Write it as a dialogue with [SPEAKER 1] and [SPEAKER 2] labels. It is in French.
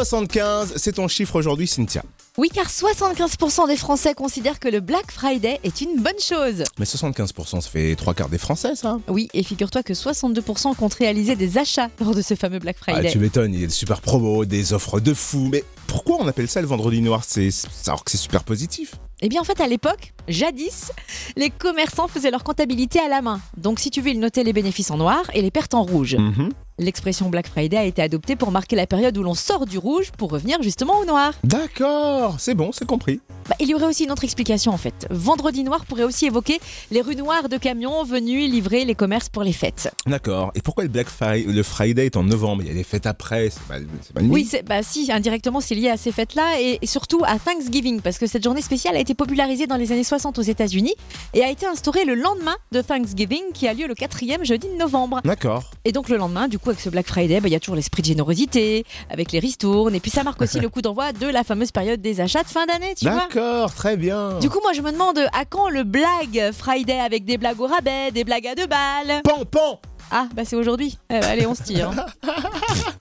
[SPEAKER 1] 75, c'est ton chiffre aujourd'hui, Cynthia.
[SPEAKER 2] Oui, car 75% des Français considèrent que le Black Friday est une bonne chose.
[SPEAKER 1] Mais 75%, ça fait trois quarts des Français, ça
[SPEAKER 2] Oui, et figure-toi que 62% comptent réaliser des achats lors de ce fameux Black
[SPEAKER 1] Ah,
[SPEAKER 2] Friday.
[SPEAKER 1] tu m'étonnes, il y a des super promos, des offres de fou. Mais pourquoi on appelle ça le vendredi noir C'est alors que c'est super positif.
[SPEAKER 2] Eh bien, en fait, à l'époque, jadis, les commerçants faisaient leur comptabilité à la main. Donc, si tu veux, ils notaient les bénéfices en noir et les pertes en rouge. L'expression Black Friday a été adoptée pour marquer la période où l'on sort du rouge pour revenir justement au noir.
[SPEAKER 1] D'accord, c'est bon, c'est compris.
[SPEAKER 2] Bah, il y aurait aussi une autre explication en fait. Vendredi noir pourrait aussi évoquer les rues noires de camions venus livrer les commerces pour les fêtes.
[SPEAKER 1] D'accord. Et pourquoi le Black Friday, le Friday est en novembre Il y a les fêtes après, c'est pas, c'est pas une
[SPEAKER 2] Oui, c'est- bah si, indirectement, c'est lié à ces fêtes-là et et surtout à Thanksgiving, parce que cette journée spéciale a été popularisée dans les années 60 aux États-Unis et a été instaurée le lendemain de Thanksgiving, qui a lieu le quatrième jeudi de novembre.
[SPEAKER 1] D'accord.
[SPEAKER 2] Et donc le lendemain, du coup, avec ce Black Friday, bah, il y a toujours l'esprit de générosité, avec les ristournes, et puis ça marque aussi le coup d'envoi de la fameuse période des achats de fin d'année, tu vois.
[SPEAKER 1] D'accord, très bien.
[SPEAKER 2] Du coup, moi, je me demande à quand le Black Friday avec des blagues au rabais, des blagues à deux balles
[SPEAKER 1] Pan, pan
[SPEAKER 2] bah, Ah, bah c'est aujourd'hui. Eh, allez, on se tire. hein.